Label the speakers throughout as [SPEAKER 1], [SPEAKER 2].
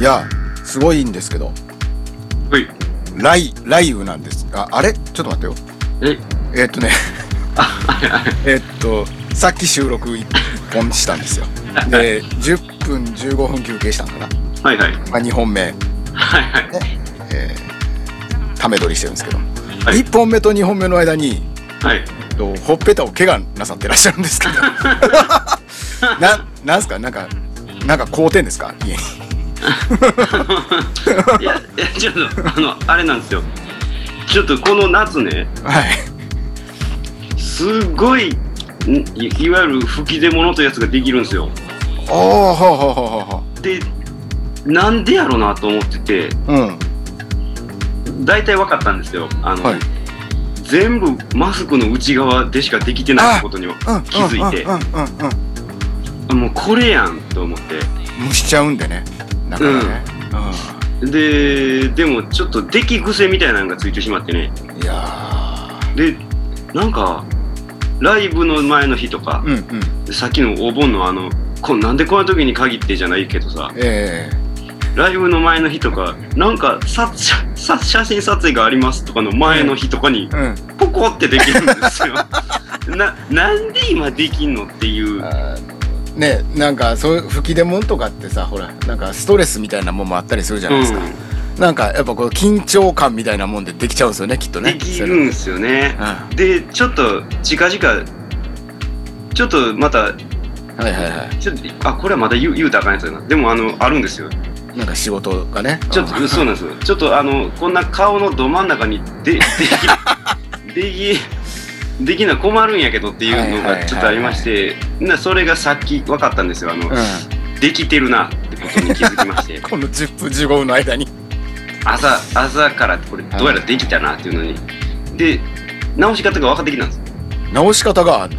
[SPEAKER 1] がすごいんですけど
[SPEAKER 2] はい。
[SPEAKER 1] 雷雷雨なんですがあれちょっと待ってよ
[SPEAKER 2] え、
[SPEAKER 1] えーっとね
[SPEAKER 2] あ、はいはい。
[SPEAKER 1] えーっとさっき収録1本したんですよで10分15分休憩したのかな、
[SPEAKER 2] はいはい。
[SPEAKER 1] まあ、2本目
[SPEAKER 2] はいはい。
[SPEAKER 1] えー、ため取りしてるんですけど、
[SPEAKER 2] はい
[SPEAKER 1] 1本目と2本目の間に、
[SPEAKER 2] はい。
[SPEAKER 1] えっと、ほっぺたを怪我なさってらっしゃるんですけ どななんすかなんかなんか好転ですか家に
[SPEAKER 2] いや、いやちょっと、あの、あれなんですよ。ちょっとこの夏ね、
[SPEAKER 1] はい
[SPEAKER 2] すごい、んいいわゆる吹き出物というやつができるんですよ。
[SPEAKER 1] おおほうほうほうほうほ
[SPEAKER 2] で、なんでやろうなと思ってて、
[SPEAKER 1] ううん
[SPEAKER 2] 大体分かったんですよ。あの、
[SPEAKER 1] はい
[SPEAKER 2] 全部マスクの内側でしかできてないことには
[SPEAKER 1] うん
[SPEAKER 2] 気づいて
[SPEAKER 1] うんうんうん
[SPEAKER 2] もうこれやんと思って。
[SPEAKER 1] うん蒸しちゃうんでねだからね、
[SPEAKER 2] ででもちょっと出来癖みたいなのがついてしまってね
[SPEAKER 1] うんいや
[SPEAKER 2] でなんかライブの前の日とか
[SPEAKER 1] ー、うんうん
[SPEAKER 2] さっきのお盆のあのこなんでこの時に限ってじゃないけどさ
[SPEAKER 1] え
[SPEAKER 2] ライブの前の日とかなんかさ写さ写真撮影がありますとかの前の日とかに
[SPEAKER 1] えうん
[SPEAKER 2] ポコってできるんですよ ななんで今できんのっていう
[SPEAKER 1] あーねなんかそういう吹き出物とかってさほらなんかストレスみたいなもんもあったりするじゃないですか、なんかやっぱこう緊張感みたいなもんでできちゃうんですよねきっと
[SPEAKER 2] うん、で
[SPEAKER 1] ね
[SPEAKER 2] き
[SPEAKER 1] そ
[SPEAKER 2] る
[SPEAKER 1] れうん
[SPEAKER 2] んですよね
[SPEAKER 1] は
[SPEAKER 2] でちょっと近々ちょっとまた
[SPEAKER 1] いはいは
[SPEAKER 2] ちょっとあこれはまだ言う言うたらあかんやつやなでもあのあるんですよ
[SPEAKER 1] いなんか仕事がね
[SPEAKER 2] ちょっとそうなんですよちょっとあのこんな顔のど真ん中にでで きできできな困るんやけどっていうの
[SPEAKER 1] はいはいはいは
[SPEAKER 2] が
[SPEAKER 1] い
[SPEAKER 2] ちょっとありましてなそれがさっき分かったんですよあの、
[SPEAKER 1] うん、
[SPEAKER 2] できてるなってことに気づきま して
[SPEAKER 1] この10分15分の間に
[SPEAKER 2] 朝朝からこれどうやらできたなっていうのにで直し方が分かってきたんです
[SPEAKER 1] 直し方がある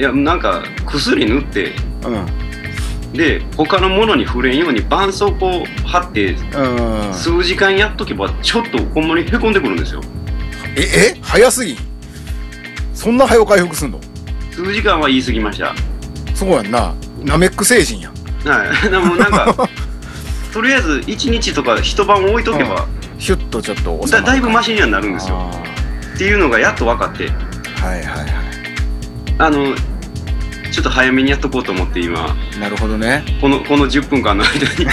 [SPEAKER 2] いやなんか薬塗って
[SPEAKER 1] のうん
[SPEAKER 2] で他のものに触れんように絆創膏を貼って
[SPEAKER 1] うん
[SPEAKER 2] 数時間やっとけばちょっとほんまにへこんでくるんですよ
[SPEAKER 1] ええ早すぎんそんな早う回復すんの
[SPEAKER 2] 数時間は言い過ぎました
[SPEAKER 1] そうやんなナメック星人やん
[SPEAKER 2] はい、 でもなん かとりあえず一日とか一晩置いとけば、
[SPEAKER 1] ヒュッとちょっと収ま
[SPEAKER 2] だ
[SPEAKER 1] る
[SPEAKER 2] だいぶマシにはなるんですよ
[SPEAKER 1] あ
[SPEAKER 2] っていうのがやっと分かって
[SPEAKER 1] ーはいはいは
[SPEAKER 2] あのちょっと早めにやっとこうと思って今
[SPEAKER 1] いなるほどね
[SPEAKER 2] このこの10分間の間 に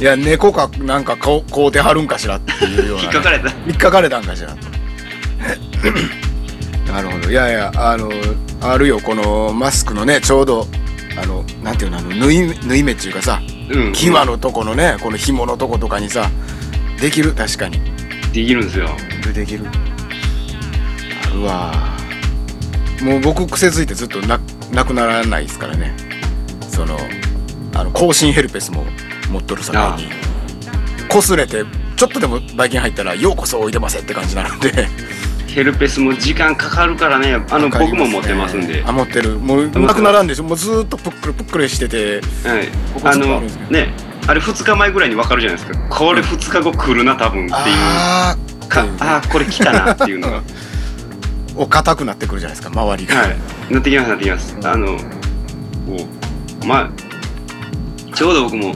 [SPEAKER 1] いや猫かなんかこうこう出はるんかしらっていうようなね、
[SPEAKER 2] 引っかかれた
[SPEAKER 1] 引っかかれたんかしら なるほどいやいやあのあるよこのマスクのねちょうどあのなんていうのあの縫い縫い目っていうかさ
[SPEAKER 2] うん
[SPEAKER 1] 際のとこのねこの紐のとことかにさできる確かに
[SPEAKER 2] できるんですよ
[SPEAKER 1] できるあるわもう僕癖づいてずっとななくならないですからねそのあの更新ヘルペスも持っとるさかいにこすれてちょっとでもばい菌入ったら「ようこそおいでませ」って感じなので。
[SPEAKER 2] ヘルペスも時間かかるからねあの
[SPEAKER 1] わか
[SPEAKER 2] 僕
[SPEAKER 1] りすね
[SPEAKER 2] も持ってますんで、
[SPEAKER 1] あ持ってるもう
[SPEAKER 2] てます
[SPEAKER 1] なくならんでしょもうずーっとぷっくりぷっくりしてて
[SPEAKER 2] はい
[SPEAKER 1] こ、こ
[SPEAKER 2] あ
[SPEAKER 1] ずっとあ
[SPEAKER 2] の
[SPEAKER 1] るんですね
[SPEAKER 2] ねあれ2日前ぐらいに分かるじゃないですかこれ2日後来るな多分っていう
[SPEAKER 1] あ
[SPEAKER 2] か
[SPEAKER 1] うん
[SPEAKER 2] あーこれ来たなっていうのが
[SPEAKER 1] ーお硬くなってくるじゃないですか周りが、
[SPEAKER 2] はい、なってきますなってきます、
[SPEAKER 1] うん
[SPEAKER 2] あのこうまあちょうど僕も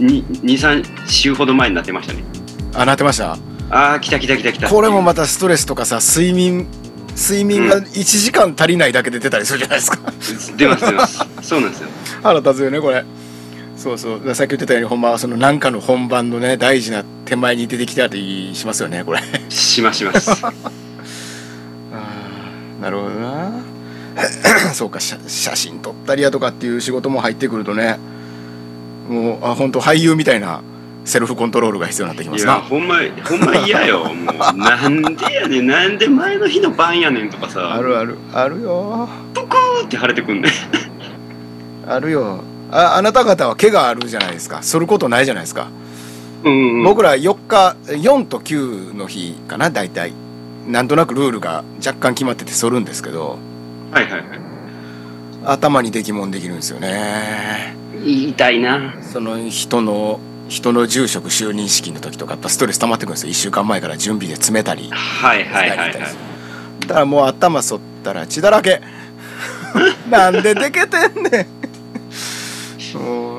[SPEAKER 2] 23週ほど前になってましたね
[SPEAKER 1] あなってました
[SPEAKER 2] ああ来た来た来た来た
[SPEAKER 1] これもま
[SPEAKER 2] た
[SPEAKER 1] たストレスとかさ睡眠睡眠が1時間足りないだけで出たりするじゃないですか
[SPEAKER 2] 出ます出ますそうなんですよ
[SPEAKER 1] 腹立つよねこれそうそうだからさっき言ってたようにほんまはその何かの本番のね大事な手前に出てきたりしますよねこれ
[SPEAKER 2] しますします
[SPEAKER 1] あーなるほどな そうか写写真撮ったりやとかっていう仕事も入ってくるとねもうあ本当俳優みたいなセルフコントロールが必要になってきま
[SPEAKER 2] い
[SPEAKER 1] す
[SPEAKER 2] や
[SPEAKER 1] な
[SPEAKER 2] ほんまほんま嫌よもうなんでやねんなんで前の日の晩やねんとかさ
[SPEAKER 1] あるあるあるよ
[SPEAKER 2] ぷくーって晴れてくんね
[SPEAKER 1] あるよああなた方は毛があるじゃないですか剃ることないじゃないですか
[SPEAKER 2] うん、うん、
[SPEAKER 1] 僕ら4日4と9の日かな大体なんとなくルールが若干決まってて剃るんですけど
[SPEAKER 2] はいはいは
[SPEAKER 1] 頭にできもんできるんですよね
[SPEAKER 2] い痛いな
[SPEAKER 1] その人の人の住職就任式の時とかやっぱストレス溜まってくるんですよ1週間前から準備で詰めたり
[SPEAKER 2] はいはいはい
[SPEAKER 1] だ
[SPEAKER 2] はい
[SPEAKER 1] からもう頭剃ったら血だら けなんででけてんねんもう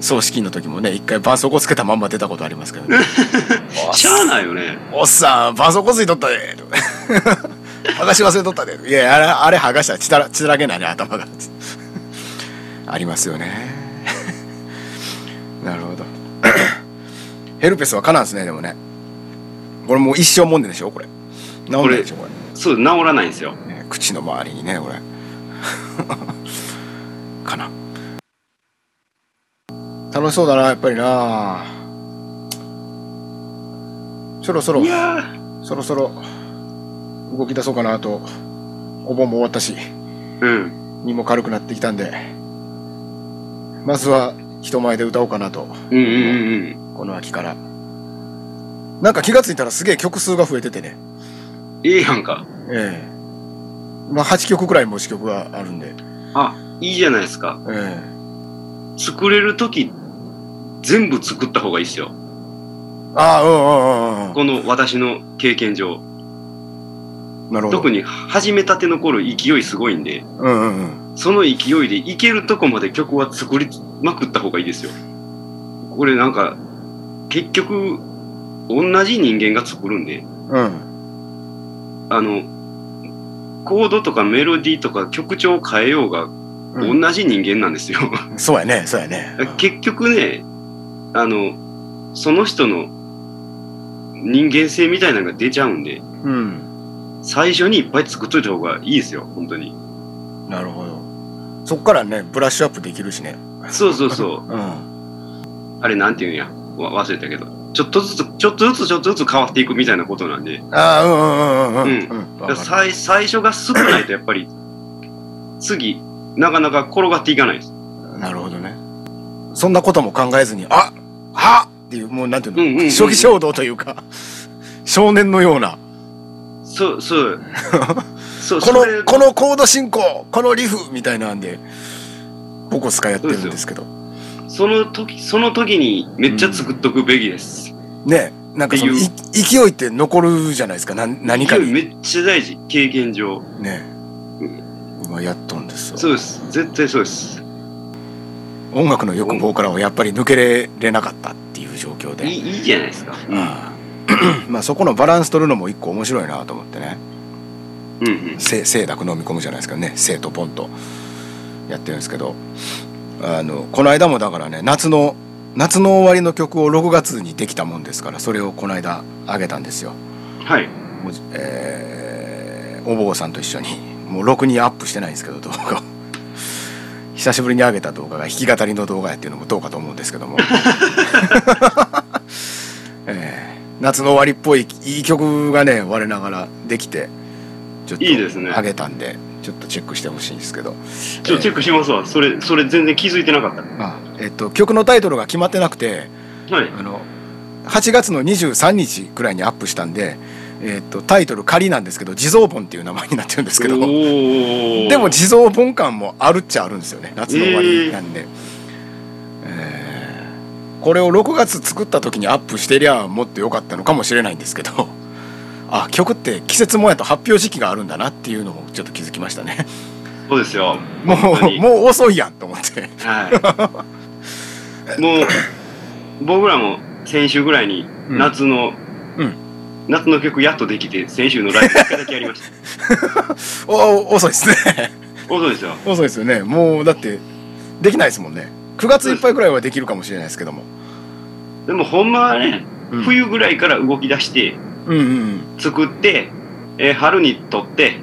[SPEAKER 1] 葬式の時もね一回絆創膏つけたまんま出たことありますけど ねおっ
[SPEAKER 2] しゃあないよね。
[SPEAKER 1] おっさん絆創膏ついとったで」とか剥がし忘れとったで」いやあれあれ剥がしたら血だら血だらけないね頭が」ありますよねなるほどヘルペスはかなんですねでもねこれもう一生もんででしょこれ治んないでしょこれ
[SPEAKER 2] そう、治らないんですよ。
[SPEAKER 1] ね口の周りにねこれ かな楽しそうだなやっぱりなそろそろ
[SPEAKER 2] いやー
[SPEAKER 1] そろそろ動き出そうかなとお盆も終わったし
[SPEAKER 2] うん。
[SPEAKER 1] 身も軽くなってきたんでまずは人前で歌おうかなと
[SPEAKER 2] うんうんうん
[SPEAKER 1] この秋からなんか気がついたらすげえ曲数が増えててね
[SPEAKER 2] うん。いいやんか。
[SPEAKER 1] ええまあ8曲くらいも詞曲があるんで
[SPEAKER 2] あ、いいじゃないですか。
[SPEAKER 1] ええ
[SPEAKER 2] 作れるとき、全部作った方がいいですよ。
[SPEAKER 1] ああうんうんうんう
[SPEAKER 2] この私の経験上。
[SPEAKER 1] んなるほど
[SPEAKER 2] 特に始めたての頃勢いすごいんで、
[SPEAKER 1] うんうんうん
[SPEAKER 2] その勢いでいけるとこまで曲は作りまくった方がいいですよ。これなんか、結局、同じ人間が作るんで、
[SPEAKER 1] うん
[SPEAKER 2] あの、コードとかメロディーとか曲調を変えようが
[SPEAKER 1] う
[SPEAKER 2] 同
[SPEAKER 1] ん
[SPEAKER 2] じ人間なんですよ。
[SPEAKER 1] そうやねそうやね
[SPEAKER 2] 結局ね、あの、その人の人間性みたいなのが出ちゃうんで、
[SPEAKER 1] うん
[SPEAKER 2] 最初にいっぱい作っといた方がいいですよ、本当に。
[SPEAKER 1] なるほどそっからねブラッシュアップできるしね
[SPEAKER 2] そうそう そう。
[SPEAKER 1] うん
[SPEAKER 2] あれなんて言うんや。わ忘れたけど。ちょっとずつ、ちょっとずつ、ちょっとずつ変わっていくみたいなことなんで。
[SPEAKER 1] ああうんうんうんうんうん
[SPEAKER 2] だから
[SPEAKER 1] わかる
[SPEAKER 2] 最最初が少ないとやっぱり、次、なかなか転がっていかないです。
[SPEAKER 1] なるほどね。そんなことも考えずに、ああっていう、もうなんていうの、
[SPEAKER 2] うんうんうんうん
[SPEAKER 1] 初期衝動というか、 少年のような、
[SPEAKER 2] そう、 そう。そう、
[SPEAKER 1] こ
[SPEAKER 2] それ
[SPEAKER 1] の、このコード進行、このリフみたいなんで、ボコスカやってるんですけど、
[SPEAKER 2] その時、その時にめっちゃ作っとくべきです。
[SPEAKER 1] ね、なんかその、
[SPEAKER 2] っ
[SPEAKER 1] い
[SPEAKER 2] てい
[SPEAKER 1] 勢いって残るじゃないですか、なん何か
[SPEAKER 2] 勢い
[SPEAKER 1] に。
[SPEAKER 2] めっちゃ大事、経験上。
[SPEAKER 1] ね。今やっとんです
[SPEAKER 2] そう
[SPEAKER 1] よ。
[SPEAKER 2] です。絶対そうです。
[SPEAKER 1] 音楽の欲望からはやっぱり抜けれなかったっていう状況
[SPEAKER 2] い
[SPEAKER 1] で。
[SPEAKER 2] いいいじゃないですか。
[SPEAKER 1] うん まあそこのバランス取るのも一個面白いなと思ってね。
[SPEAKER 2] うんうん。
[SPEAKER 1] せ清濁飲み込むじゃないですかね清とポンとやってるんですけどあのこの間もだからね夏の夏の終わりの曲を6月にできたもんですからそれをこの間あげたんですよ、
[SPEAKER 2] はい。
[SPEAKER 1] もうえーお坊さんと一緒にもうろくにアップしてないんですけど動画を 久しぶりに上げた動画が弾き語りの動画やっていうのもどうかと思うんです けども、えー夏の終わりっぽいいい曲がね我ながらできてちょっと
[SPEAKER 2] いいですね
[SPEAKER 1] 上げたんでちょっとチェックしてほしいんですけど
[SPEAKER 2] ちょっとチェックしますわ。それ、それ全然気づいてなかっ
[SPEAKER 1] あえっと、曲のタイトルが決まってなくて
[SPEAKER 2] た。はい。
[SPEAKER 1] あの8月の23日くらいにアップしたんで、えっと、タイトル仮なんですけど「地蔵盆」っていう名前になってるんですけど
[SPEAKER 2] おー
[SPEAKER 1] でも地蔵盆感もあるっちゃあるんですよね夏の終わりなんで、えーこれを6月作った時にアップしてりゃもっと良かったのかもしれないんですけど あ曲って季節もんやと発表時期があるんだなっていうのもちょっと気づきましたね
[SPEAKER 2] そうですよ。
[SPEAKER 1] も
[SPEAKER 2] 本当
[SPEAKER 1] う
[SPEAKER 2] に
[SPEAKER 1] もう遅いやんと思って
[SPEAKER 2] はい。もう、僕らも先週ぐらいに
[SPEAKER 1] うん
[SPEAKER 2] 夏の、
[SPEAKER 1] うん
[SPEAKER 2] 夏の曲やっとできて、先週のライブ一回だけやりま した。
[SPEAKER 1] お遅いですね
[SPEAKER 2] そうですよ。
[SPEAKER 1] 遅いですよねもうだってできないですもんね9月いっぱいくらいはできるかもしれないですけども、
[SPEAKER 2] でもほんまはね、
[SPEAKER 1] うん、
[SPEAKER 2] 冬ぐらいから動き出して、
[SPEAKER 1] うんうん
[SPEAKER 2] 作って、えー春に撮って、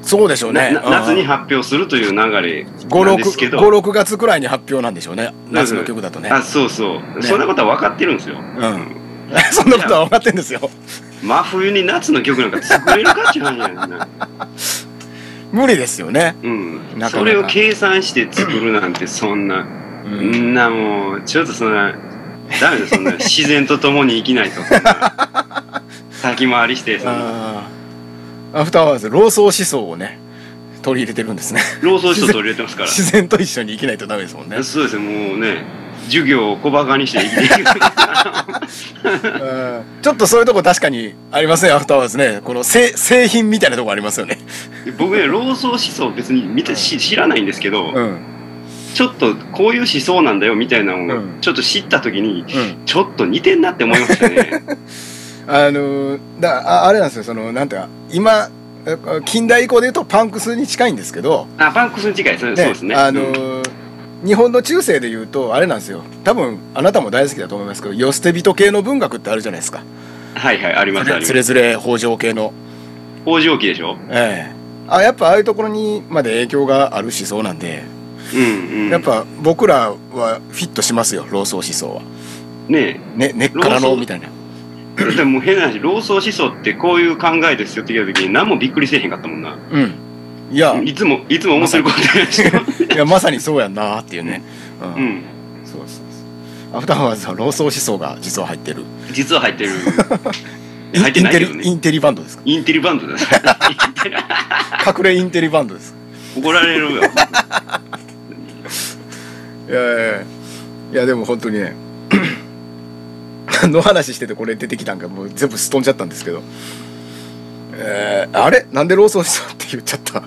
[SPEAKER 1] そうでしょうね
[SPEAKER 2] な夏に発表するという流れ。なんですけど
[SPEAKER 1] 56月くらいに発表なんでしょうね夏の曲だとね
[SPEAKER 2] あ、そうそう。そんなことは分かってるんですよ。
[SPEAKER 1] うん、そんなことは分かってんですよ。
[SPEAKER 2] 真冬に夏の曲なんか作れるかっていう話なん だよね。
[SPEAKER 1] 無理ですよね。
[SPEAKER 2] うん
[SPEAKER 1] なかなか
[SPEAKER 2] それを計算して作るなんてそんな。
[SPEAKER 1] う
[SPEAKER 2] みんなもう、ちょっとそんな、ダメだよ、 そんな、自然と共に生きないと、そんな先回りして、その、
[SPEAKER 1] あーアフターアワーズ、老僧思想をね、取り入れてるんですね。
[SPEAKER 2] 老僧人と入れてますか
[SPEAKER 1] 自然と一緒に生きないとダメですもんね
[SPEAKER 2] ら。。そうですね、もうね、授業を小馬鹿にして生きていく。
[SPEAKER 1] うんちょっとそういうとこ確かにありますね、アフターアワーズね。この製製品みたいなとこありますよね。
[SPEAKER 2] 僕ね、老僧思想別に見てし知らないんですけど、
[SPEAKER 1] うん。
[SPEAKER 2] ちょっとこういう思想なんだよみたいなの
[SPEAKER 1] うん
[SPEAKER 2] をちょっと知った時に
[SPEAKER 1] うん
[SPEAKER 2] ちょっと似てんなって思いました ね。
[SPEAKER 1] あのーだああれなんですよそのなんていうか今え近代以降でいうとパンクスに近いんですけど、
[SPEAKER 2] あパンクスの違いそう,、そうですね。
[SPEAKER 1] あの
[SPEAKER 2] うん
[SPEAKER 1] ー日本の中世でいうとあれなんですよ多分あなたも大好きだと思いますけど世捨て人系の文学ってあるじゃないですか
[SPEAKER 2] はいはいありますありま
[SPEAKER 1] つ
[SPEAKER 2] す。
[SPEAKER 1] れづれ北条系の、
[SPEAKER 2] 工場機でしょ。
[SPEAKER 1] ええあやっぱああいうところにまで影響がある思想なんで、
[SPEAKER 2] うんうん。
[SPEAKER 1] やっぱ僕らはフィットしますよ老荘思想は、
[SPEAKER 2] ね
[SPEAKER 1] ね、根っから
[SPEAKER 2] 老
[SPEAKER 1] の
[SPEAKER 2] 荘
[SPEAKER 1] みたいな
[SPEAKER 2] えでも変な話老僧思想ってこういう考えですよって言った時に何もびっくりせえへんかったもんな。
[SPEAKER 1] うん いや
[SPEAKER 2] いつもいつも面白いことないし。
[SPEAKER 1] いやまさにそうやんなーっていうね、うん
[SPEAKER 2] うん。
[SPEAKER 1] そうですそうですアフターワーズは老荘思想が実は入ってる
[SPEAKER 2] 実は入 ってる。
[SPEAKER 1] イン
[SPEAKER 2] 入ってないけど
[SPEAKER 1] インテリイ
[SPEAKER 2] ね。
[SPEAKER 1] ンテリバン ドですか
[SPEAKER 2] インテリバン ドだ。
[SPEAKER 1] 隠れインテリバンドです
[SPEAKER 2] 怒られるよ。
[SPEAKER 1] いやいやいやいやでも本当にね 何の話しててこれ出てきたんかもう全部すっ飛んじゃったんですけど、えーあれなんでローソンしたって言っちゃった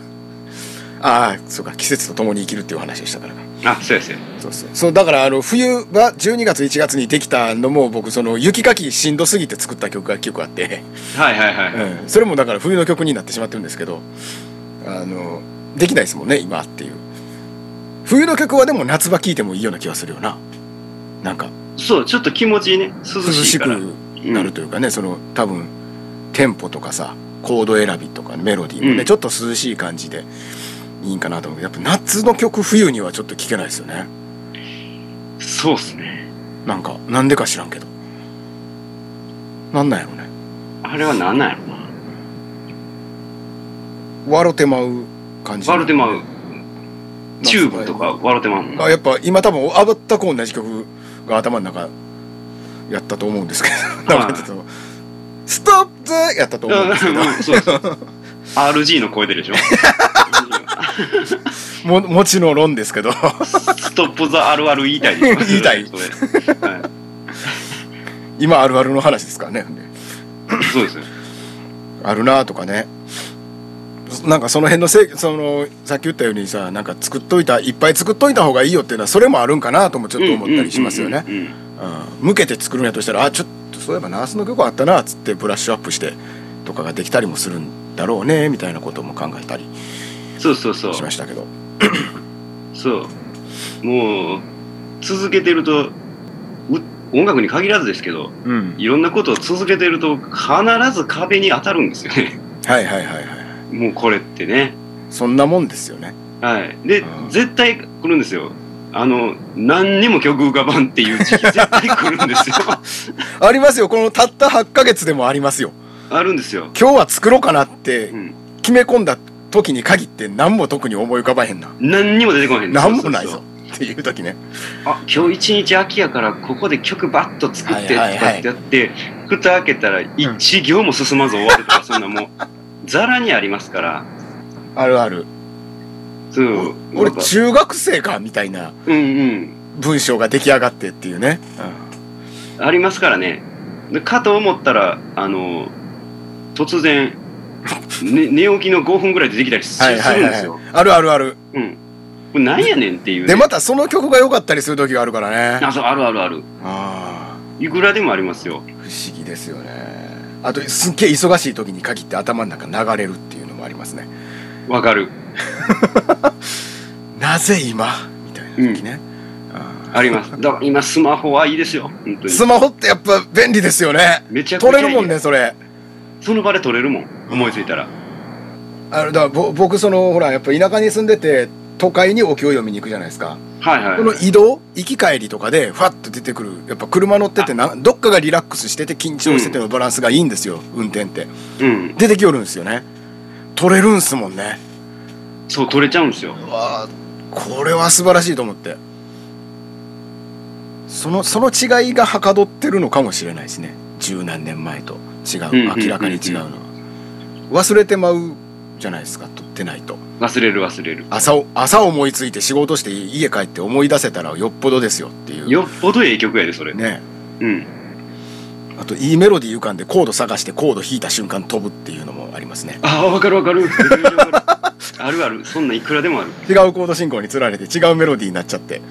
[SPEAKER 1] ああそうか季節とともに生きるっていう話をしたからか
[SPEAKER 2] あそうですよ。
[SPEAKER 1] そうそうそうだからあの冬は12月1月にできたのも僕その雪かきしんどすぎて作った曲が結構あって、
[SPEAKER 2] はいはいはい。
[SPEAKER 1] うんそれもだから冬の曲になってしまってるんですけどあのできないですもんね今っていう冬の曲はでも夏場聴いてもいいような気がするよななんか
[SPEAKER 2] そうちょっと気持ちいいね涼
[SPEAKER 1] 涼
[SPEAKER 2] しい
[SPEAKER 1] し
[SPEAKER 2] か
[SPEAKER 1] く
[SPEAKER 2] ら。
[SPEAKER 1] なるというかね、その多分テンポとかさコード選びとかメロディーもね、
[SPEAKER 2] うん
[SPEAKER 1] ちょっと涼しい感じでいいんかなと思うけどやっぱ夏の曲冬にはちょっと聴けないですよね
[SPEAKER 2] うんそうですね。
[SPEAKER 1] なんかなんでか知らんけどなんなんやろね
[SPEAKER 2] あれはなんなんやろな。
[SPEAKER 1] 笑てまう感じ
[SPEAKER 2] ワルテマウ
[SPEAKER 1] なんす
[SPEAKER 2] チ
[SPEAKER 1] ね
[SPEAKER 2] ューブとかワルテマウもんな
[SPEAKER 1] あやっぱ今多分あぶったく同じ曲が頭の中やったと思うんですけど、
[SPEAKER 2] はい
[SPEAKER 1] なんかちょっと「ストップ!」やったと思うんですけど
[SPEAKER 2] うんそうそう RG の声出る でしょ
[SPEAKER 1] ももちろん論ですけど
[SPEAKER 2] ストップ・ザ・ RR 言いたいです
[SPEAKER 1] 言いたい
[SPEAKER 2] それは
[SPEAKER 1] 今あるあるの話ですからね
[SPEAKER 2] いそうですよ
[SPEAKER 1] あるなとかねなんかその辺のせいそのさっき言ったようにさなんか作っといたいっぱい作っといた方がいいよっていうのはそれもあるんかなともちょっと思ったりしますよね。
[SPEAKER 2] うんうんうんうん
[SPEAKER 1] うん向けて作るんやとしたらあちょっとそういえばナースの曲あったなっつってブラッシュアップしてとかができたりもするんだろうねみたいなことも考えたり
[SPEAKER 2] そうそうそう
[SPEAKER 1] しましたけど
[SPEAKER 2] そうもう続けてるとう音楽に限らずですけど
[SPEAKER 1] うん
[SPEAKER 2] いろんなことを続けてると必ず壁に当たるんですよね
[SPEAKER 1] はいはいはいはい
[SPEAKER 2] もうこれってね
[SPEAKER 1] そんなもんですよね
[SPEAKER 2] はいで
[SPEAKER 1] うん
[SPEAKER 2] 絶対来るんですよあの何にも曲浮かばんっていう 時期絶対来るんですよ
[SPEAKER 1] ありますよこのたった8ヶ月でもありますよ
[SPEAKER 2] あるんですよ、
[SPEAKER 1] 今日は作ろうかなって
[SPEAKER 2] うん、
[SPEAKER 1] 決め込んだ時に限って何も特に思い浮かばへんな
[SPEAKER 2] 何にも出てこないんですよ
[SPEAKER 1] 何もない
[SPEAKER 2] そうそう
[SPEAKER 1] ぞっていう時ね
[SPEAKER 2] そうあ今日一日秋やからここで曲バッと作ってと
[SPEAKER 1] はいはいは
[SPEAKER 2] か
[SPEAKER 1] い
[SPEAKER 2] ってやって蓋開けたら一行も進まず終わるとか、そんなもうざらにありますから
[SPEAKER 1] あるある
[SPEAKER 2] そう
[SPEAKER 1] 俺
[SPEAKER 2] なんか
[SPEAKER 1] 中学生かみたいな
[SPEAKER 2] うんうん
[SPEAKER 1] 文章が出来上がってっていうね、
[SPEAKER 2] ありますからねでかと思ったらあの突 然、ね、寝起きの5分ぐらいでできたりす,、
[SPEAKER 1] はいはい
[SPEAKER 2] る
[SPEAKER 1] は
[SPEAKER 2] んで
[SPEAKER 1] い
[SPEAKER 2] す
[SPEAKER 1] は
[SPEAKER 2] よ、
[SPEAKER 1] いあるあるある
[SPEAKER 2] うん、これなんやねんっていう、ね、
[SPEAKER 1] でまたその曲が良かったりする時があるからね
[SPEAKER 2] あそうあるあるある
[SPEAKER 1] あ
[SPEAKER 2] いくらでもありますよ
[SPEAKER 1] ー不思議ですよねあとすっげえ忙しい時に限って頭の中流れるっていうのもありますね
[SPEAKER 2] わかる
[SPEAKER 1] なぜ今みたいな時ね、あ
[SPEAKER 2] ありますだから今スマホはいいですよ本当
[SPEAKER 1] ー
[SPEAKER 2] に
[SPEAKER 1] スマホってやっぱ便利ですよね
[SPEAKER 2] めちゃくちゃ
[SPEAKER 1] 取
[SPEAKER 2] いい
[SPEAKER 1] れるもんねそれ
[SPEAKER 2] その場で取れるもん思いついたら
[SPEAKER 1] あのだからぼ僕そのほらやっぱ田舎に住んでて都会にお経を読みに行くじゃないですか、
[SPEAKER 2] はいはい
[SPEAKER 1] この移動行き帰りとかでファッと出てくるやっぱ車乗っててなどっかがリラックスしてて緊張しててのバランスがいいんですよ、運転って
[SPEAKER 2] うん
[SPEAKER 1] 出てきよるんですよね取れるんすもんね
[SPEAKER 2] そう取れちゃうんですよ
[SPEAKER 1] わあこれは素晴らしいと思ってそのその違いがはかどってるのかもしれないですね十何年前と違
[SPEAKER 2] うんうんう
[SPEAKER 1] う
[SPEAKER 2] んうん
[SPEAKER 1] 明らかに違うのは忘れてまうじゃないですか取ってないと
[SPEAKER 2] 忘れる忘れる
[SPEAKER 1] 朝を朝思いついて仕事して家帰って思い出せたらよっぽどですよっていう
[SPEAKER 2] よっぽどええ曲やでそれ
[SPEAKER 1] ね
[SPEAKER 2] うん
[SPEAKER 1] あといいメロディー浮かんでコード探してコード弾いた瞬間飛ぶっていうのもありますね
[SPEAKER 2] ああわかるわかるめちゃめちゃわか あるあるそんなんいくらでもある
[SPEAKER 1] 違うコード進行につられて違うメロディーになっちゃって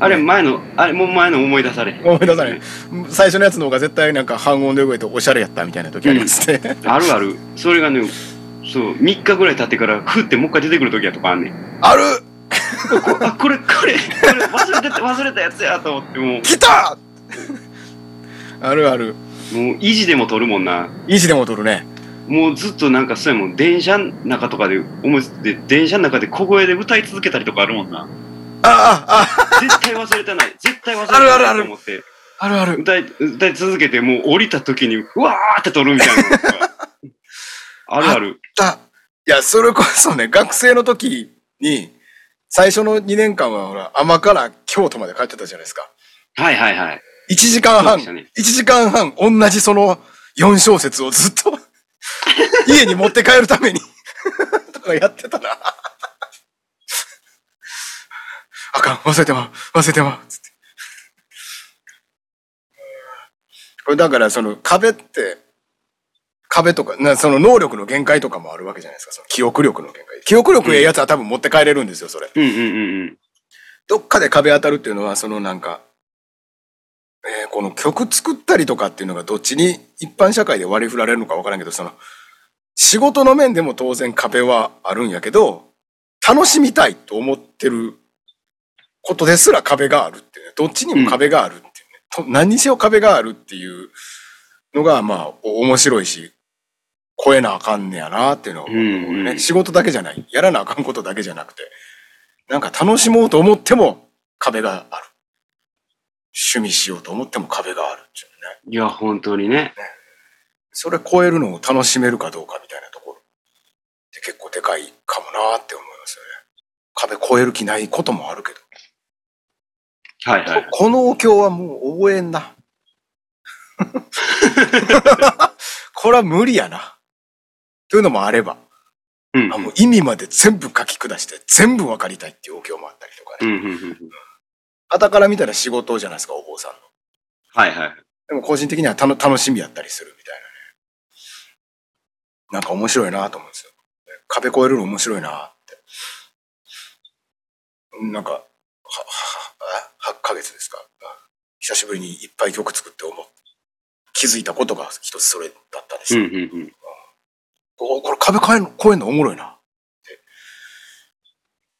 [SPEAKER 2] あれ前のあれもう前の思い出されへん
[SPEAKER 1] 思い出されへん最初のやつの方が絶対なんか半音で動いておしゃれやったみたいな時ありますね、
[SPEAKER 2] あるあるそれがねそう3日ぐらい経ってからふってもう一回出てくる時やとかあんねん
[SPEAKER 1] ある
[SPEAKER 2] こあこれこれこれ忘れて忘れたやつやと思っても
[SPEAKER 1] 来たあるある
[SPEAKER 2] うもう維持でも取るもんな
[SPEAKER 1] 意地でも取るね
[SPEAKER 2] もうずっとなんかそうやもん電車の中とかで思いついて電車の中で小声で歌い続けたりとかあるもんな
[SPEAKER 1] ああ
[SPEAKER 2] 絶対忘れてない絶対忘れて
[SPEAKER 1] あるある
[SPEAKER 2] な
[SPEAKER 1] あ
[SPEAKER 2] い
[SPEAKER 1] る
[SPEAKER 2] と思って
[SPEAKER 1] ああるある
[SPEAKER 2] 歌い歌い続けてもう降りた時にうわーって撮るみたいなのがあるある
[SPEAKER 1] だいやそれこそね学生の時に最初の2年間はほら天から京都まで帰ってたじゃないですか
[SPEAKER 2] はいはいはい
[SPEAKER 1] 1時間
[SPEAKER 2] そう
[SPEAKER 1] 半
[SPEAKER 2] でしたね
[SPEAKER 1] 1時間半同じその4小節をずっ と家に持って帰るために とかやってたなあかん忘れてまう忘れてまうつってこれだからその壁って壁とかなその能力の限界とかもあるわけじゃないですかその記憶力の限界記憶力ええやつは多分持って帰れるんですよそれ
[SPEAKER 2] うんうんうんうん
[SPEAKER 1] どっかで壁当たるっていうのは、そのなんか、えーこの曲作ったりとかっていうのがどっちに一般社会で割り振られるのかわからんけど、その、仕事の面でも当然壁はあるんやけど、楽しみたいと思ってることですら壁があるっていうね。どっちにも壁があるっていうね。と何にせよ壁があるっていうのが、まあ、お面白いし、超えなあかんねやなっていうのを思うね。
[SPEAKER 2] うんうん
[SPEAKER 1] 仕事だけじゃない。やらなあかんことだけじゃなくて。なんか楽しもうと思っても壁がある。趣味しようと思っても壁があるっていうね。
[SPEAKER 2] いや本当にね
[SPEAKER 1] それ超えるのを楽しめるかどうかみたいなところって結構でかいかもなーって思いますよね。壁超える気ないこともあるけど。
[SPEAKER 2] はいはい
[SPEAKER 1] このお経はもう覚え んな。 これは無理やな。というのもあれば、
[SPEAKER 2] うん
[SPEAKER 1] あもう意味まで全部書き下して全部分かりたいっていうお経もあったりとかね。
[SPEAKER 2] うんうんうんうん
[SPEAKER 1] はたから見たら仕事じゃないですか、お坊さんの。
[SPEAKER 2] はいはい
[SPEAKER 1] でも個人的にはたの楽しみやったりするみたいなね。なんか面白いなと思うんですよ。壁越えるの面白いなって。なんか、は、は、は8ヶ月ですか。久しぶりにいっぱい曲作って思う。気づいたことが一つそれだったんです
[SPEAKER 2] うん
[SPEAKER 1] よ。
[SPEAKER 2] うんうん
[SPEAKER 1] おこれ壁越えんの越えんのおもろいなって。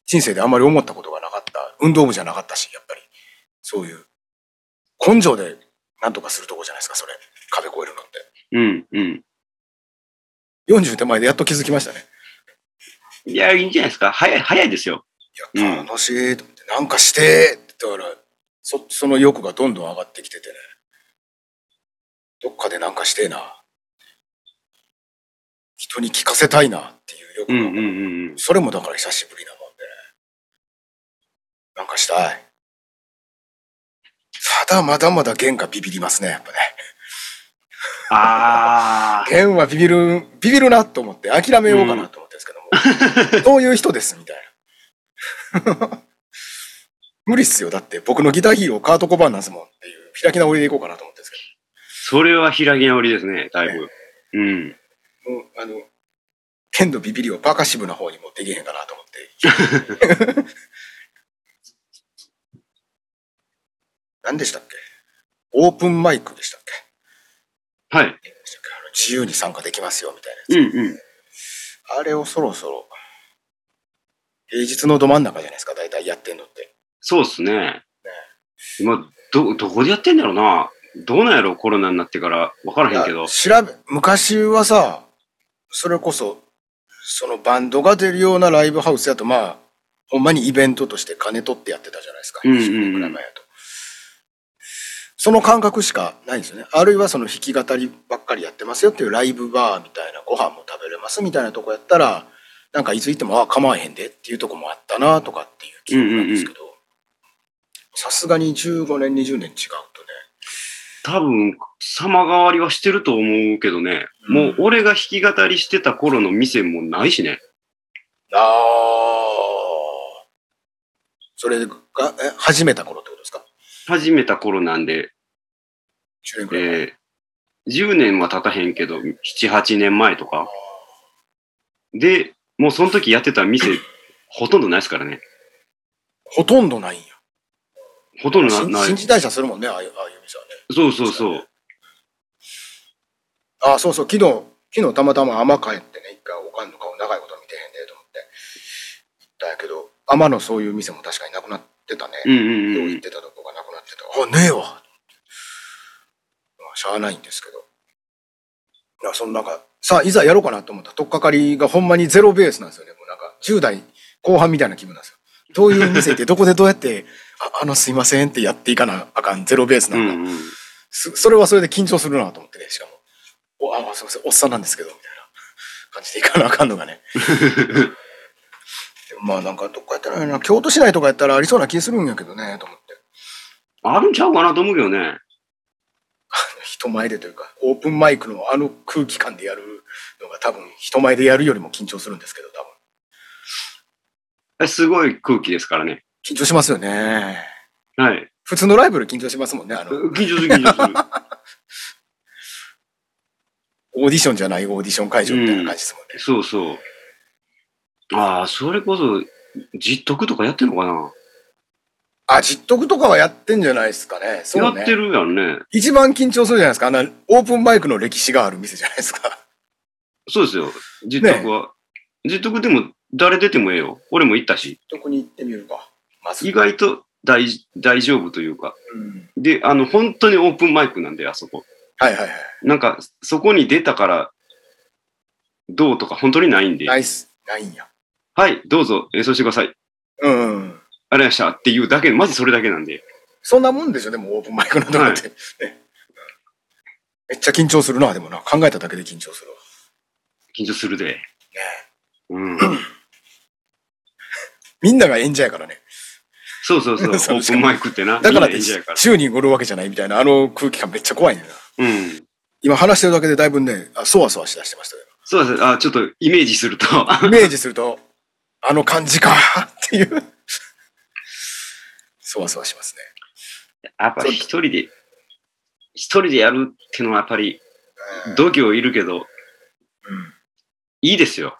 [SPEAKER 1] 人生であんまり思ったことがなかった。運動部じゃなかったし、やっぱり。そういう、根性でなんとかするとこじゃないですか、それ。壁越えるのって。
[SPEAKER 2] うんうん
[SPEAKER 1] 40手前でやっと気づきましたね。
[SPEAKER 2] いやいいんじゃないですか早い早いですよ
[SPEAKER 1] いや、
[SPEAKER 2] うん
[SPEAKER 1] 楽しいと思って、なんかしてって言ったから、そ、その欲がどんどん上がってきててね。どっかでなんかしてえな。人に聞かせたいなっていう欲
[SPEAKER 2] うん
[SPEAKER 1] が、
[SPEAKER 2] うんうんうん
[SPEAKER 1] それもだから久しぶりなもんでね。なんかしたい。ただまだまだ弦がビビりますね、やっぱね。
[SPEAKER 2] ああ
[SPEAKER 1] 弦はビビる、ビビるなと思って諦めようかなと思ってるんですけども、そういう人ですみたいな。 無理っすよ。だって僕のギターヒーローカート・コバーンなんですもんっていう開き直りでいこうかなと思ってるんです
[SPEAKER 2] それは開き直りですねだいぶうん
[SPEAKER 1] けど、もうあの、剣のビビりをパーカッシブな方に持っていけへんかなと思って。 何でしたっけオープンマイクでしたっけ
[SPEAKER 2] はい
[SPEAKER 1] 何でしたっけあの自由に参加できますよみたいなやつ
[SPEAKER 2] うんうん
[SPEAKER 1] あれをそろそろ、平日のど真ん中じゃないですか、大体やってんのって。
[SPEAKER 2] そうっすねまあどどこでやってんだろうなどうなんやろコロナになってから分からへんけ
[SPEAKER 1] い
[SPEAKER 2] ど
[SPEAKER 1] や調べ、昔はさ、それこそ、そのバンドが出るようなライブハウスやと、まあ、ほんまにイベントとして金取ってやってたじゃないですか。
[SPEAKER 2] うんうんうん
[SPEAKER 1] 10年くらい前やと。その感覚しかないんですよね。あるいはその弾き語りばっかりやってますよっていうライブバーみたいな、ご飯も食べれますみたいなとこやったら、なんかいつ行っても、ああ、構わへんでっていうとこもあったなとかっていう記憶なんですけど、さすがに15年、20年違うとね、
[SPEAKER 2] 多分様変わりはしてると思うけどね、
[SPEAKER 1] うん
[SPEAKER 2] もう俺が弾き語りしてた頃の店もないしね
[SPEAKER 1] ああ。それが、え、始めた頃ってことですか
[SPEAKER 2] 始めた頃なんで、
[SPEAKER 1] ?10 年くらい前。
[SPEAKER 2] えー10年は経たへんけど78年前とかでもうその時やってた店、ほとんどないですからね。
[SPEAKER 1] ほとんどないんや
[SPEAKER 2] ほとんど
[SPEAKER 1] 新
[SPEAKER 2] なな
[SPEAKER 1] 新
[SPEAKER 2] い。
[SPEAKER 1] 時代社するもんねああいうああいう店はね
[SPEAKER 2] そうそうそう。
[SPEAKER 1] ああそうそう昨日昨日たまたま天帰ってね一回おかんの顔長いこと見てへんでと思って行ったんやけど天のそういう店も確かになくなってたね、
[SPEAKER 2] うんうんう
[SPEAKER 1] 今
[SPEAKER 2] ん
[SPEAKER 1] 日
[SPEAKER 2] う
[SPEAKER 1] 行っ
[SPEAKER 2] ん。
[SPEAKER 1] てたとこがなくなってたあねえわまあしゃあないんですけどいやそのなんかさあいざやろうかなと思った取っかかりがほんまにゼロベースなんですよねもうなんか10代後半みたいな気分なんですよどういう店ってどこでどうやって「ああのすいません」ってやっていかなあかんゼロベースな
[SPEAKER 2] うん
[SPEAKER 1] だ、
[SPEAKER 2] んうん、
[SPEAKER 1] すそれはそれで緊張するなと思ってねしかも「おあすいませんおっさんなんですけど」みたいな感じでいかなあかんのが ねでもまあなんかどっかやったらいいな京都市内とかやったらありそうな気するんやけどねと思って
[SPEAKER 2] あるんちゃうかなと思うけどね。
[SPEAKER 1] 人前でというかオープンマイクのあの空気感でやるのが多分人前でやるよりも緊張するんですけど多分
[SPEAKER 2] すごい空気ですからね。
[SPEAKER 1] 緊張しますよね
[SPEAKER 2] はい。
[SPEAKER 1] 普通のライブより緊張しますもんねあの
[SPEAKER 2] 緊張する、緊 張
[SPEAKER 1] オーディションじゃないオーディション会場みたいな感じですもんね、
[SPEAKER 2] する。そうそう。ああ、それこそ、実得とかやってんのかな
[SPEAKER 1] あ実得とかはやってんじゃないですかねそう
[SPEAKER 2] や
[SPEAKER 1] ね
[SPEAKER 2] ってるやんね。
[SPEAKER 1] 一番緊張するじゃないですかあのオープンマイクの歴史がある店じゃないですか
[SPEAKER 2] そうですよ。実得は。実得でも、誰出てもええよ。俺も行ったし。
[SPEAKER 1] どこに行ってみるかまず
[SPEAKER 2] 意外と大大丈夫というか。
[SPEAKER 1] うん
[SPEAKER 2] で、あの、本当にオープンマイクなんで、あそこ。
[SPEAKER 1] はいはいは
[SPEAKER 2] なんか、そこに出たから、どうとか本当にないん
[SPEAKER 1] い
[SPEAKER 2] で、
[SPEAKER 1] ナイスないんや
[SPEAKER 2] はい、どうぞ演奏してください。
[SPEAKER 1] うん、うん、
[SPEAKER 2] ありがとうございましたっていうだけで、まずそれだけなんで。
[SPEAKER 1] そんなもんでしょでもオープンマイクのとこって、 ねめっちゃ緊張するなでもな考えただけで緊張するわ
[SPEAKER 2] 緊張するで。うん。
[SPEAKER 1] みんなが演者やからね
[SPEAKER 2] そうそうそう。オ
[SPEAKER 1] そう
[SPEAKER 2] ープンマイクってな。
[SPEAKER 1] だからっ
[SPEAKER 2] みんな
[SPEAKER 1] て
[SPEAKER 2] 演者やから。
[SPEAKER 1] 10人おるわけじゃないみたいなあの空気感めっちゃ怖いねんな
[SPEAKER 2] うん。
[SPEAKER 1] 今話してるだけでだいぶねあそわそわしだしてました け
[SPEAKER 2] そうです。あ、ちょっとイメージすると。
[SPEAKER 1] どイメージするとあの感じかっていう そわそわしますね
[SPEAKER 2] やっぱり一人で、一人でやるってのはやっぱり、度胸いるけど、
[SPEAKER 1] うん
[SPEAKER 2] いいですよ。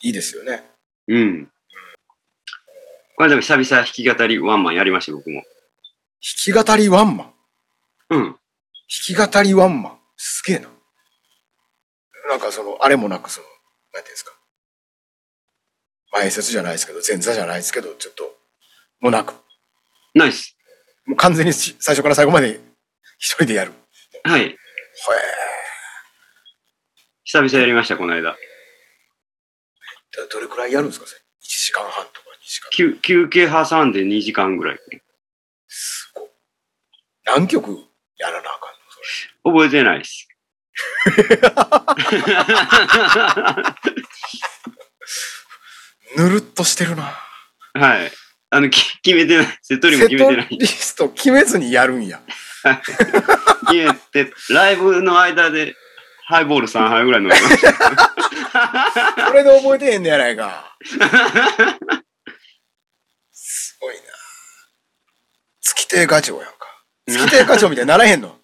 [SPEAKER 1] いいですよね
[SPEAKER 2] うん。これでも久々弾き語りワンマンやりました、僕も。
[SPEAKER 1] 弾き語りワンマン
[SPEAKER 2] うん。
[SPEAKER 1] 弾き語りワンマンすげえななんかそのあれもなくそのなんていうんですか前説じゃないですけど前座じゃないですけどちょっともうなく
[SPEAKER 2] ナイス。
[SPEAKER 1] もう完全にし最初から最後まで一人でやるへ
[SPEAKER 2] はい。久々やりました、この間。
[SPEAKER 1] えどどれくらいやるんですかそれ1時間半とか2時間
[SPEAKER 2] 休休憩挟んで2時間ぐらい。
[SPEAKER 1] すごい何曲やらなあかんのそれ
[SPEAKER 2] 覚えてないです。
[SPEAKER 1] ぬるっとしてるな
[SPEAKER 2] はい。あの、き決めてない。セットリも決めてない。
[SPEAKER 1] リスト決めずにやるんや
[SPEAKER 2] 決めて、ライブの間で、ハイボール3杯ぐらい飲みま した。
[SPEAKER 1] これで覚えてへんのやないか。すごいな。月亭課長やんか。月亭課長みたいにならへんの。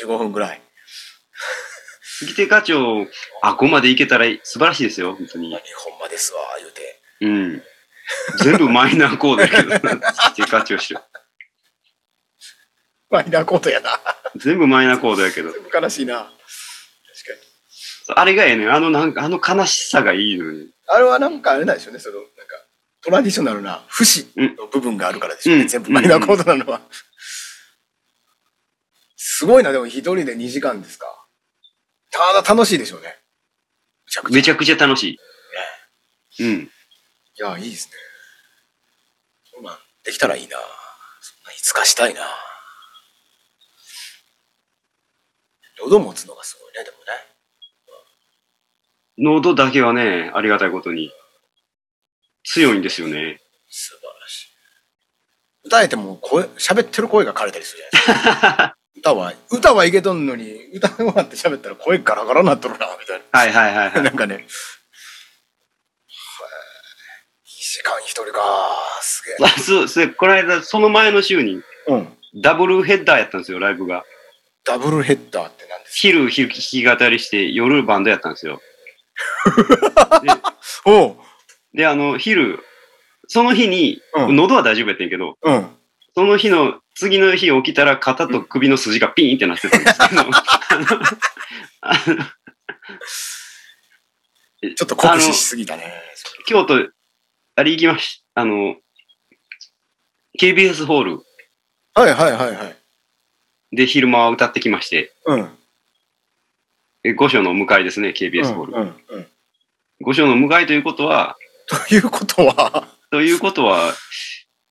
[SPEAKER 1] 15分ぐらい。
[SPEAKER 2] 杉手課長、あ、ここまでいけたら素晴らしいですよ、本当に。
[SPEAKER 1] ほんまですわ、言うて。
[SPEAKER 2] うん。全部マイナーコードや けどな、杉手課長し
[SPEAKER 1] マイナーコートやな。
[SPEAKER 2] 全部マイナーコードやけど。
[SPEAKER 1] 悲しいな。確かに。
[SPEAKER 2] あれがええねんあの、なんか、あの悲しさがいいのに。
[SPEAKER 1] あれはなんかあれなんでしょうね、その、なんか、トラディショナルな不死の部分があるからでしょうね、
[SPEAKER 2] うん
[SPEAKER 1] 全部マイナーコートなのは。すごいな、でも一人で2時間ですか。ただ楽しいでしょうね。めちゃくちゃ
[SPEAKER 2] めちゃくちゃ楽しい。うん。
[SPEAKER 1] いや、いいですね。そんなんできたらいいな。そんなんいつかしたいな。喉持つのがすごいね、でもね。
[SPEAKER 2] 喉だけはね、ありがたいことに。強いんですよね。
[SPEAKER 1] 素晴らしい。歌えても声、喋ってる声が枯れたりするじゃないですか。歌は、歌はいけとんのに、歌終わって喋ったら声ガラガラになっとるな、みたい
[SPEAKER 2] はいはいはいは
[SPEAKER 1] な。
[SPEAKER 2] い。
[SPEAKER 1] なんかね。はい。時間一人か。すげ
[SPEAKER 2] あ そう、そう、この間、その前の週に、
[SPEAKER 1] え。うん。
[SPEAKER 2] ダブルヘッダーやったんですよ、ライブが。
[SPEAKER 1] ダブルヘッダーって何ですか
[SPEAKER 2] 昼、昼弾き語りして、夜バンドやったんですよ。
[SPEAKER 1] おう
[SPEAKER 2] で、あの、昼、その日に、
[SPEAKER 1] うん
[SPEAKER 2] 喉は大丈夫やってんけど、
[SPEAKER 1] うん
[SPEAKER 2] その日の、次の日起きたら肩と首の筋がピーンってなってたんですけど、あの
[SPEAKER 1] ちょっと酷使しすぎたね
[SPEAKER 2] 京都、あれ行きましあの、KBS ホール
[SPEAKER 1] はいはいはいはい
[SPEAKER 2] で昼間は歌ってきまして、
[SPEAKER 1] うん
[SPEAKER 2] え五所の向かいですね、KBS ホール。
[SPEAKER 1] うんうんうん
[SPEAKER 2] 五所の向かいということは、
[SPEAKER 1] ということは
[SPEAKER 2] ということは、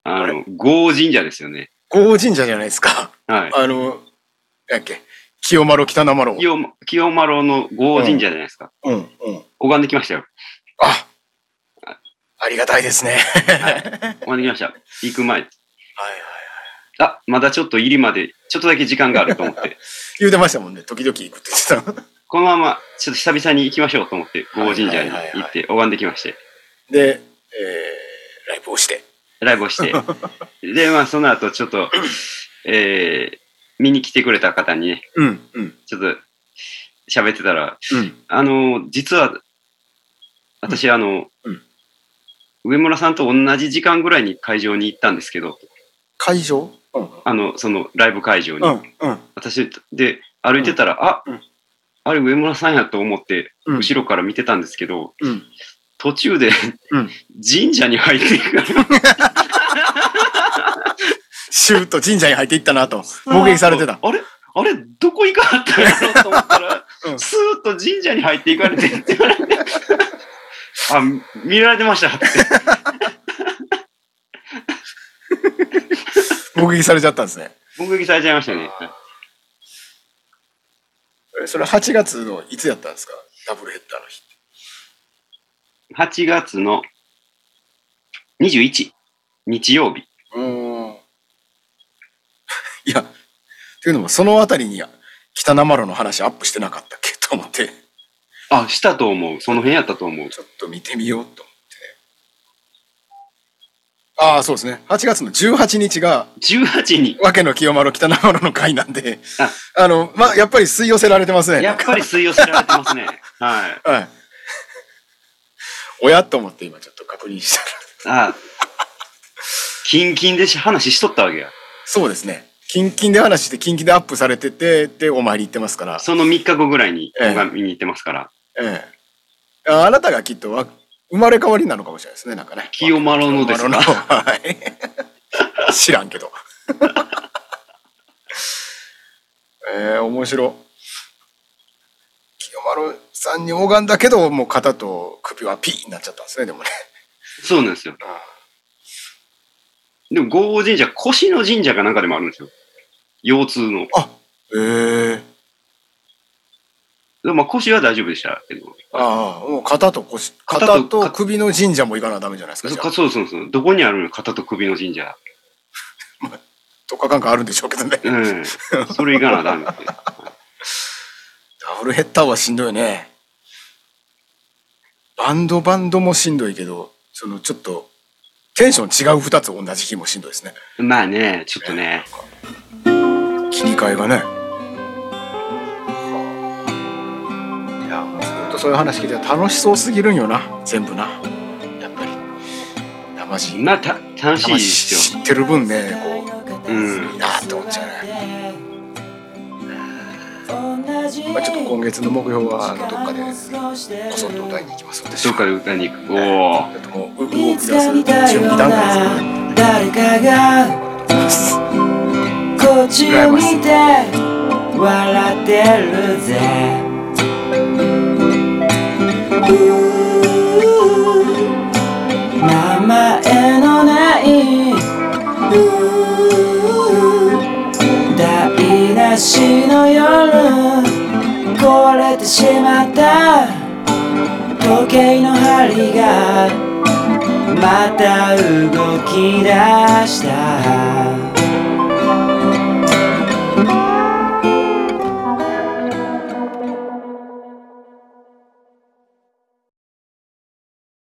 [SPEAKER 2] あの、豪神社ですよね。
[SPEAKER 1] 豪神社じゃないですか
[SPEAKER 2] はい。
[SPEAKER 1] あのなんやっけ清丸北名丸
[SPEAKER 2] 清ま清丸の豪神社じゃないですか。
[SPEAKER 1] うんうん
[SPEAKER 2] 拝んできましたよ。
[SPEAKER 1] あありがたいですね
[SPEAKER 2] 拝んできました。行く前。
[SPEAKER 1] はいはい
[SPEAKER 2] あ、まだちょっと入りまで、ちょっとだけ時間があると思 って、
[SPEAKER 1] 言うてましたもんね時々行くって言ってた
[SPEAKER 2] このまま、ちょっと久々に行きましょうと思って、豪神社に
[SPEAKER 1] はいはいはい
[SPEAKER 2] 行
[SPEAKER 1] は
[SPEAKER 2] って拝んできまして、
[SPEAKER 1] で、えーライブをして
[SPEAKER 2] ライブを して、で、まあ、その後、ちょっと、えー、見に来てくれた方にね、
[SPEAKER 1] うんうん
[SPEAKER 2] ちょっと、喋ってたら、
[SPEAKER 1] うん
[SPEAKER 2] あの、実は、私、あの、
[SPEAKER 1] うん
[SPEAKER 2] 上村さんと同じ時間ぐらいに会場に行ったんですけど、
[SPEAKER 1] 会場うん
[SPEAKER 2] あの、そのライブ会場に。
[SPEAKER 1] うんうん
[SPEAKER 2] 私、で、歩いてたら、あ、
[SPEAKER 1] うん
[SPEAKER 2] あれ上村さんやと思って、
[SPEAKER 1] うん
[SPEAKER 2] 後ろから見てたんですけど、
[SPEAKER 1] うん
[SPEAKER 2] 途中で、
[SPEAKER 1] うん
[SPEAKER 2] 神社に入っていくから、
[SPEAKER 1] シューッと神社に入っていったなと目撃されてた。
[SPEAKER 2] あれあれどこ行かはったんやろと思ったら、
[SPEAKER 1] うん
[SPEAKER 2] スーッと神社に入っていかれてって言われて、 あ、見られてましたって。
[SPEAKER 1] 目撃されちゃったんですね
[SPEAKER 2] 目撃されちゃいましたね。
[SPEAKER 1] それ8月のいつやったんですかダブルヘッダーの日
[SPEAKER 2] 8月の21日曜日。
[SPEAKER 1] うーん いやというのもそのあたりに北なまろの話アップしてなかったっけと思って
[SPEAKER 2] あ、したと思う。その辺やったと思う。
[SPEAKER 1] ちょっと見てみようと思ってああそうですね8月の18日が
[SPEAKER 2] 18に、
[SPEAKER 1] わけの清丸北なまろの会なんで
[SPEAKER 2] あ
[SPEAKER 1] あのまあやっぱり吸い寄せられてますね
[SPEAKER 2] やっぱり吸い寄せられてます ね。はい。
[SPEAKER 1] はい おやと思って今ちょっと確認したら
[SPEAKER 2] ああ。キンキンでし話しとったわけや。
[SPEAKER 1] そうですね。キンキンで話して、キンキンでアップされてて、で、お参り行ってますから。
[SPEAKER 2] その3日後ぐらいに
[SPEAKER 1] ええ
[SPEAKER 2] 僕が見に行ってますから、
[SPEAKER 1] ええ。ああなたがきっとわ生まれ変わりなのかもしれないですね、なんかね。
[SPEAKER 2] 清丸のです
[SPEAKER 1] 清丸の
[SPEAKER 2] か。
[SPEAKER 1] はい。 知らんけど。ええ面白。清丸さんに拝んだけど、もう肩と首はピーになっちゃったんですね、でもね。
[SPEAKER 2] そうなんですよ。でも、豪王神社、腰の神社かなんかでもあるんですよ。腰痛の。
[SPEAKER 1] ええ
[SPEAKER 2] でもまあ、腰は大丈夫でしたけど。
[SPEAKER 1] ああ、もう肩と腰、
[SPEAKER 2] 肩と
[SPEAKER 1] 肩と首の神社も行かなダメじゃないですか。
[SPEAKER 2] そ
[SPEAKER 1] じゃあ
[SPEAKER 2] かそうそうそう。どこにあるの肩と首の神社。
[SPEAKER 1] とかなんかあるんでしょうけどね。
[SPEAKER 2] うん。それ行かなダメって。
[SPEAKER 1] ダブルヘッダーはしんどいね。バンドバンドもしんどいけど、そのちょっとテンション違う2つ同じ日もしんどいですね。
[SPEAKER 2] まあね、ちょっとね。
[SPEAKER 1] 切り替えがね。いや、もうずっとそういう話聞いて楽しそうすぎるんよな、全部な。やっぱり。生地
[SPEAKER 2] まあ、た、楽しい
[SPEAKER 1] 生
[SPEAKER 2] です
[SPEAKER 1] 地知ってる分ね、こう。
[SPEAKER 2] う
[SPEAKER 3] う
[SPEAKER 2] ん
[SPEAKER 3] いいなって思っちゃうね
[SPEAKER 1] ま
[SPEAKER 3] ま
[SPEAKER 1] あ、
[SPEAKER 3] あ
[SPEAKER 1] ち
[SPEAKER 3] ち
[SPEAKER 1] ょ
[SPEAKER 3] ょ
[SPEAKER 1] っ
[SPEAKER 3] っ
[SPEAKER 1] と
[SPEAKER 3] と
[SPEAKER 1] 今
[SPEAKER 3] 今月
[SPEAKER 1] 月の目標は
[SPEAKER 3] は
[SPEAKER 1] あの
[SPEAKER 3] あの
[SPEAKER 1] ど
[SPEAKER 3] ど
[SPEAKER 1] っ
[SPEAKER 3] っ
[SPEAKER 1] か
[SPEAKER 3] か
[SPEAKER 1] で
[SPEAKER 3] で
[SPEAKER 1] こ
[SPEAKER 3] こ
[SPEAKER 1] そ
[SPEAKER 3] そ
[SPEAKER 1] っ
[SPEAKER 3] っ
[SPEAKER 1] と
[SPEAKER 3] と
[SPEAKER 1] 歌
[SPEAKER 3] 歌
[SPEAKER 1] いに
[SPEAKER 3] いに
[SPEAKER 1] 行きます
[SPEAKER 2] よ。
[SPEAKER 1] 私
[SPEAKER 2] どっかで歌いに行く。おー。
[SPEAKER 1] ちょっともう動
[SPEAKER 3] い
[SPEAKER 1] き出す
[SPEAKER 3] つか見た
[SPEAKER 1] 準
[SPEAKER 3] よう
[SPEAKER 1] 備段階ですね。
[SPEAKER 3] な誰かがこっちを見て笑ってるぜうー名前のない「台無しの夜壊れてしまった」「時計の針がまた動き出した」